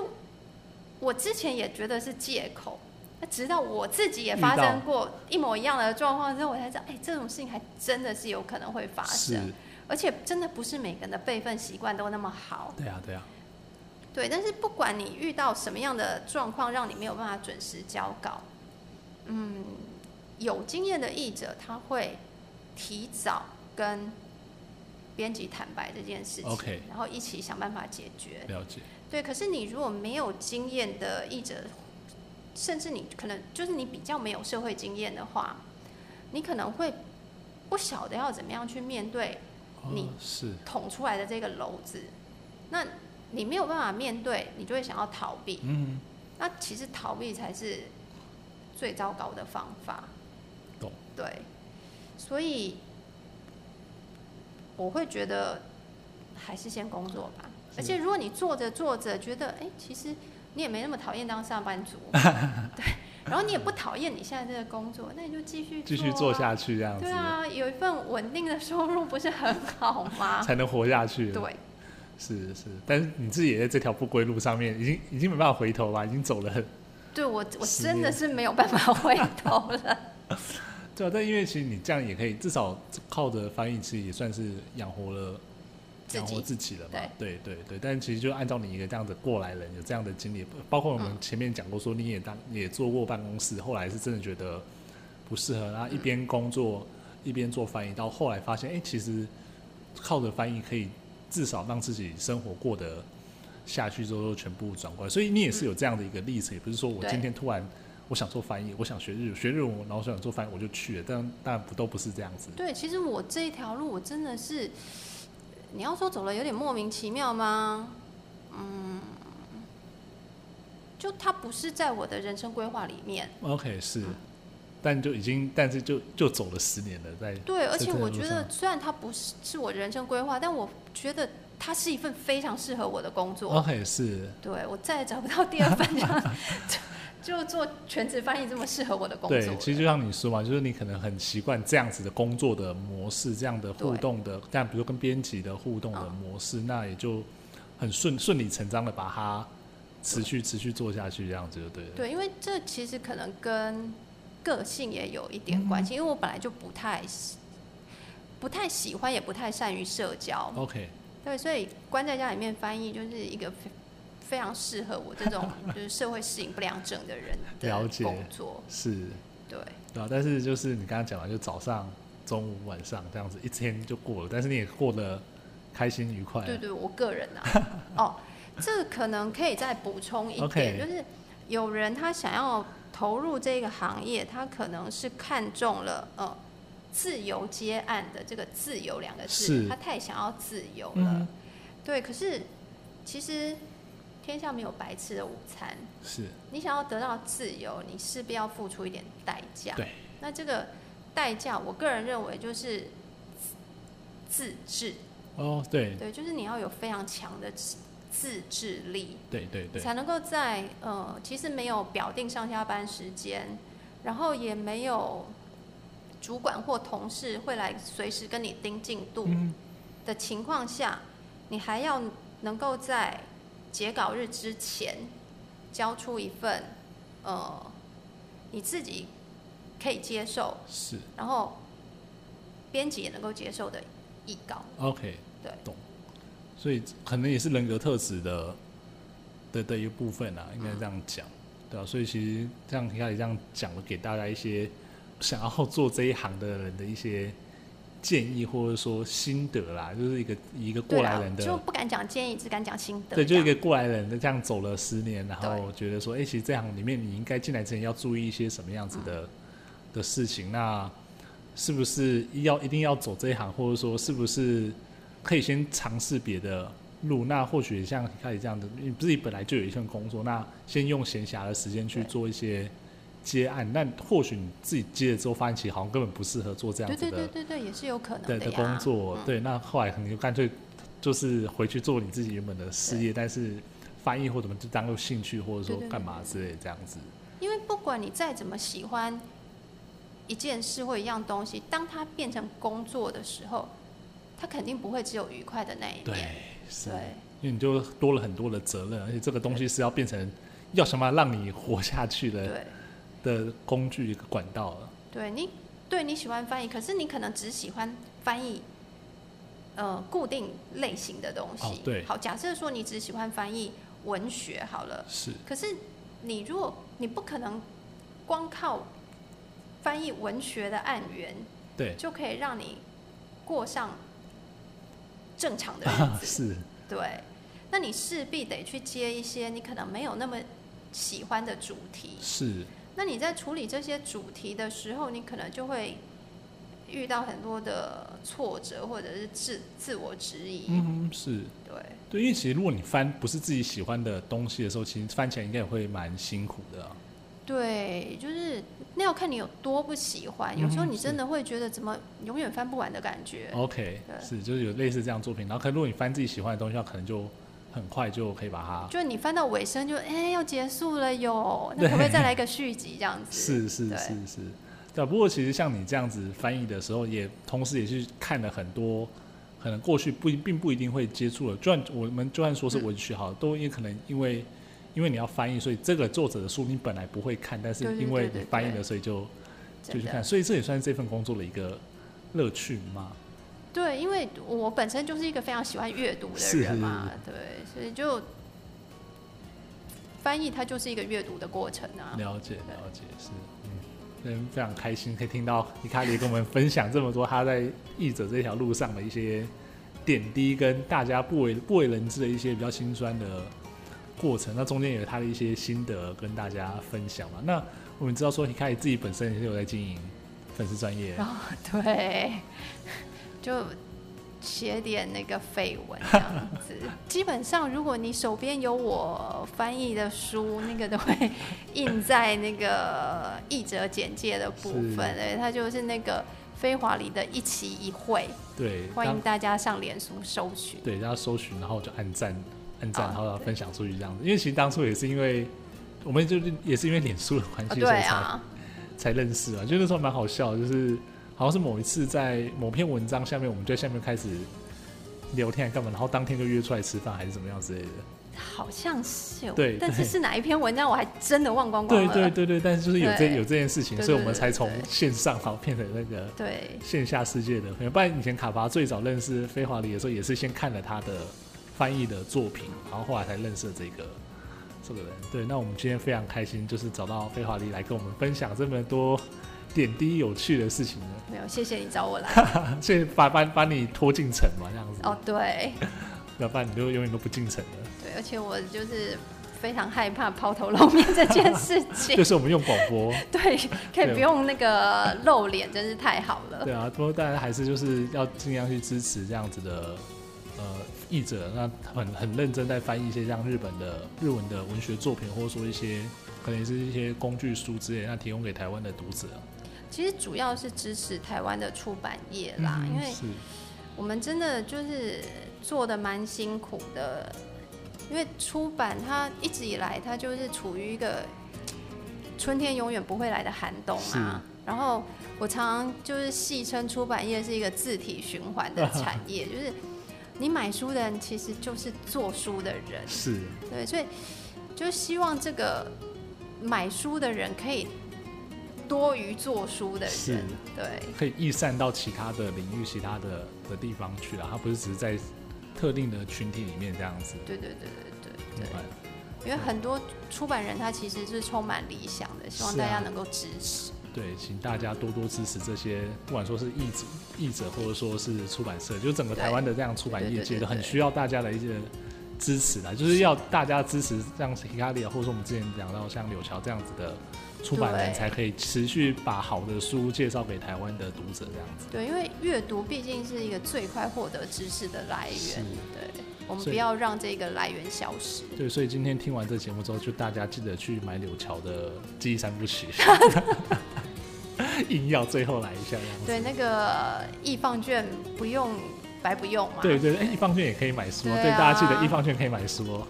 我之前也觉得是借口。那直到我自己也
遇
发
到
生过一模一样的状况之后，我才知道，哎、这种事情还真的是有可能会发
是
生，，而且真的不是每个人的备份习惯都那么好。
对啊对啊，
对，但是不管你遇到什么样的状况，让你没有办法准时交稿，嗯，有经验的译者他会提早跟编辑坦白这件事情
OK
然后一起想办法解决。
了解，
对，可是你如果没有经验的译者，甚至你可能就是你比较没有社会经验的话，你可能会不晓得要怎么样去面对
哦
你
是
捅出来的这个篓子，那你没有办法面对，你就会想要逃避。
嗯
那其实逃避才是最糟糕的方法。
懂？
对，所以我会觉得还是先工作吧。
是
而且如果你做着做着觉得，哎、其实你也没那么讨厌当上 班族，对，然后你也不讨厌你现在这个工作，那你就继续
继续
做
做
啊
下去这样子
对，啊，有一份稳定的收入不是很好 吗？
才能活下去，
对，
是是，但是你自己也在这条不归路上面，已经已经没办法回头吧，已经走了很
对我我
十
真的
年
是没有办法回头 了。
对啊，但因为其实你这样也可以，至少靠着翻译，其实也算是养活了
自己
养活自己了嘛。对对对，但其实就按照你一个这样的过来人，有这样的经历，包括我们
嗯
前面讲过说，你也当也做过办公室，后来是真的觉得不适合，然后一
嗯
边工作、一边做翻译，到后来发现，哎、其实靠着翻译可以至少让自己生活过得下去之后全部转过来，所以你也是有这样的一个历程，也不是说我
嗯对
今天突然我想做翻译，我想学日学日文，然后我想做翻译我就去了，但但不都不是这样子，
对，其实我这一条路我真的是，你要说走了有点莫名其妙吗？嗯，就它不是在我的人生规划里面。
OK，是，
嗯
但就已经，但是就就走了十年了，在
对，而
在
且
这个
我
路
觉
上
得虽然它不是是我人生规划，但我觉得它是一份非常适合我的工作。
OK 是，
对我再也找不到第二份这样 就就做全职翻译这么适合我的工作
对
了。，
其实就像你说嘛，就是你可能很习惯这样子的工作的模式，这样的互
对
动的，但比如说跟编辑的互动的
嗯
模式，那也就很顺顺理成章的把它持续持续做下去，这样子就对了。
对，因为这其实可能跟个性也有一点关
嗯
系，因为我本来就不太喜不太喜欢，也不太善于社交，
OK，
对，所以关在家里面翻译就是一个非非常适合我这种就是社会适应不良症的人
了
的
解
工作，
是，
对，
对啊，但是就是你刚刚讲完，就早上、中午、晚上这样子一天就过了，但是你也过得开心愉快。
对对，我个人 啊，哦，这可能可以再补充一点
OK
就是有人他想要投入这个行业，他可能是看中了呃自由接案的这个“自由”两个
是
字，他太想要自由了。
嗯
对，可是其实天下没有白吃的午餐，
是，
你想要得到自由，你势必要付出一点代价。
对，
那这个代价，我个人认为就是自自制。
哦，对，
对，就是你要有非常强的自自制力，
对对
你
对，
才能够在呃，其实没有表定上下班时间，然后也没有主管或同事会来随时跟你盯进度
嗯，
的情况下，你还要能够在截稿日之前交出一份呃你自己可以接受，
是
然后编辑也能够接受的译稿。
OK，
对，
懂。所以可能也是人格特质的的的一部分啊，应该这样讲，对啊，所以其实这样像你这样讲了，给大家一些想要做这一行的人的一些建议，或者说心得啦，就是一个以一个过
对
来
啦
人，的
就不敢讲建议，只敢讲心得这
对，
样。
就一个过来人的这样走了十年，然
对
后觉得说，哎、其实这行里面你应该进来之前要注意一些什么样子
嗯
的、的事情，那是不是要一定要走这一行，或者说是不是可以先尝试别的路？那或许像开始这样的，你自己本来就有一份工作，那先用闲暇的时间去
对
做一些接案，那或许你自己接了之后发现，其实好像根本不适合做这样
对
子的
对对对对，也是有可能
的
呀。
的工作，
嗯
对，那后来可能就干脆就是回去做你自己原本的事业，但是翻译或怎么就当做兴趣，或者说
对对对哎
干嘛之类这样子。
因为不管你再怎么喜欢一件事或一样东西，当它变成工作的时候，它肯定不会只有愉快的那一
对
面。，
是，
对
因为你就多了很多的责任，而且这个东西是要变成要什么让你活下去的
对
的工具一个管道了。
对，你对你喜欢翻译，可是你可能只喜欢翻译呃固定类型的东西。
哦对
好，假设说你只喜欢翻译文学好了，
是，
可是你如果你不可能光靠翻译文学的案源
对，
就可以让你过上正常的日 子。
是，
对，那你势必得去接一些你可能没有那么喜欢的主题。
是，
那你在处理这些主题的时候，你可能就会遇到很多的挫折，或者是自自我质疑。
嗯，是。
对，
对，因为其实如果你翻不是自己喜欢的东西的时候，其实翻起来应该也会蛮辛苦的啊、
对，就是那要看你有多不喜欢。有时候
嗯
你
是哦
真的会觉得怎么永远翻不完的感觉。
OK，
对
是就是有类似这样作品，然后可能如果你翻自己喜欢的东西，的话可能就很快就可以把它
就是你翻到尾声就，哎要结束了哟，那
对
可不可以再来一个续集这样子？
是是
对
是是，对啊。不过其实像你这样子翻译的时候，也同时也去看了很多，可能过去不一并不一定会接触的，就算我们就算说
嗯
是文学好了，都也可能因为因为你要翻译，所以这个作者的书你本来不会看，但是
对对
因为
对
你
对
翻译
对
了，所以就就
真
去
的
看，所以这也算是这份工作的一个乐趣嘛。
对，因为我本身就是一个非常喜欢阅读的
是
人嘛，对，所以就翻译它就是一个阅读的过程啊。
了解了解，是嗯，真非常开心可以听到伊卡里跟我们分享这么多他在译者这条路上的一些点滴，跟大家不为不为人知的一些比较辛酸的过程。那中间也有他的一些心得跟大家分享嘛。那我们知道说伊卡里自己本身也是有在经营粉丝专业，
然后对， 就写点那个绯闻这样子。基本上，如果你手边有我翻译的书，那个都会印在那个译者简介的部
是
分，对，它就是那个非华里的一期一会，
对，
欢
当
迎大家上脸书搜寻。
对，然后搜寻，然后就按赞，按赞，
啊
然后要
对
分享出去这样子。因为其实当初也是因为我们就是也是因为脸书的关
哦
系，
对
所以才
啊，
才认识啊，就那时候蛮好笑的，就是好像是某一次在某篇文章下面，我们就在下面开始聊天还干嘛，然后当天就约出来吃饭还是怎么样之类的。
好像是有，
对
但
对
是是哪一篇文章我还真的忘光光
对
了。
对对对，但是就是有这
对
有这件事情，
对对
所以我们才从
对对对
线上然后变成那个
对
线下世界的朋友。不然以前卡巴最早认识飞华里的时候，也是先看了他的翻译的作品，然后后来才认识了这个这个人。对，那我们今天非常开心，就是找到飞华里来跟我们分享这么多点滴有趣的事情呢。
没有，谢谢你找我来。
所以把把把你拖进城嘛，这样子，
哦，对
要不然你就永远都不进城了。
对，而且我就是非常害怕抛头露面这件事
就
情。
是我们用广播，
对，可以
对
不用那个露脸，真是太好了。
对啊，不过大家还是就是要尽量去支持这样子的呃译者，那很很认真在翻译一些像日本的日文的文学作品，或者说一些可能也是一些工具书之类，那提供给台湾的读者。
其实主要是支持台湾的出版业啦，
嗯
因为
是
我们真的就是做的蛮辛苦的，因为出版它一直以来它就是处于一个春天永远不会来的寒冬嘛。然后我常常就是戏称出版业是一个字体循环的产业，就是你买书的人其实就是做书的人，
是
对，所以就希望这个买书的人可以多余做书的
是
人，对，
可以溢散到其他的领域、其他的的地方去啊了。它不是只是在特定的群体里面这样子。
对对对对对
明
对
白。
因为很多出版人他其实是充满理想的，希望
是啊
大家能够支持。
对，请大家多多支持这些，不管说是译者、译者，或者说是出版社，就整个台湾的这样出版业界
对对对对
都很需要大家的一些支持啦，就是要大家支持像 Hikaria，或者说我们之前讲到像柳桥这样子的出版人，
对
才可以持续把好的书介绍给台湾的读者这样子。
对，因为阅读毕竟是一个最快获得知识的来源，对，我们
所
不
以
要让这个来源消失。
对，所以今天听完这节目之后，就大家记得去买柳桥的《记忆三部 曲》，硬要最后来一下这样子。
对，那个呃易放券不用白不用嘛，
对对，哎，一方券也可以买书哦，
对
对，大家记得
啊
一方券可以买书哦。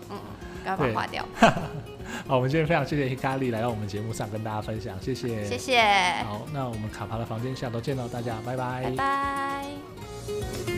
赶快把
对
它划掉。
好，我们今天非常谢谢 Hikari 来到我们节目上跟大家分享，谢谢。
谢谢，
好，那我们卡帕的房间下头见到大家，拜
拜拜。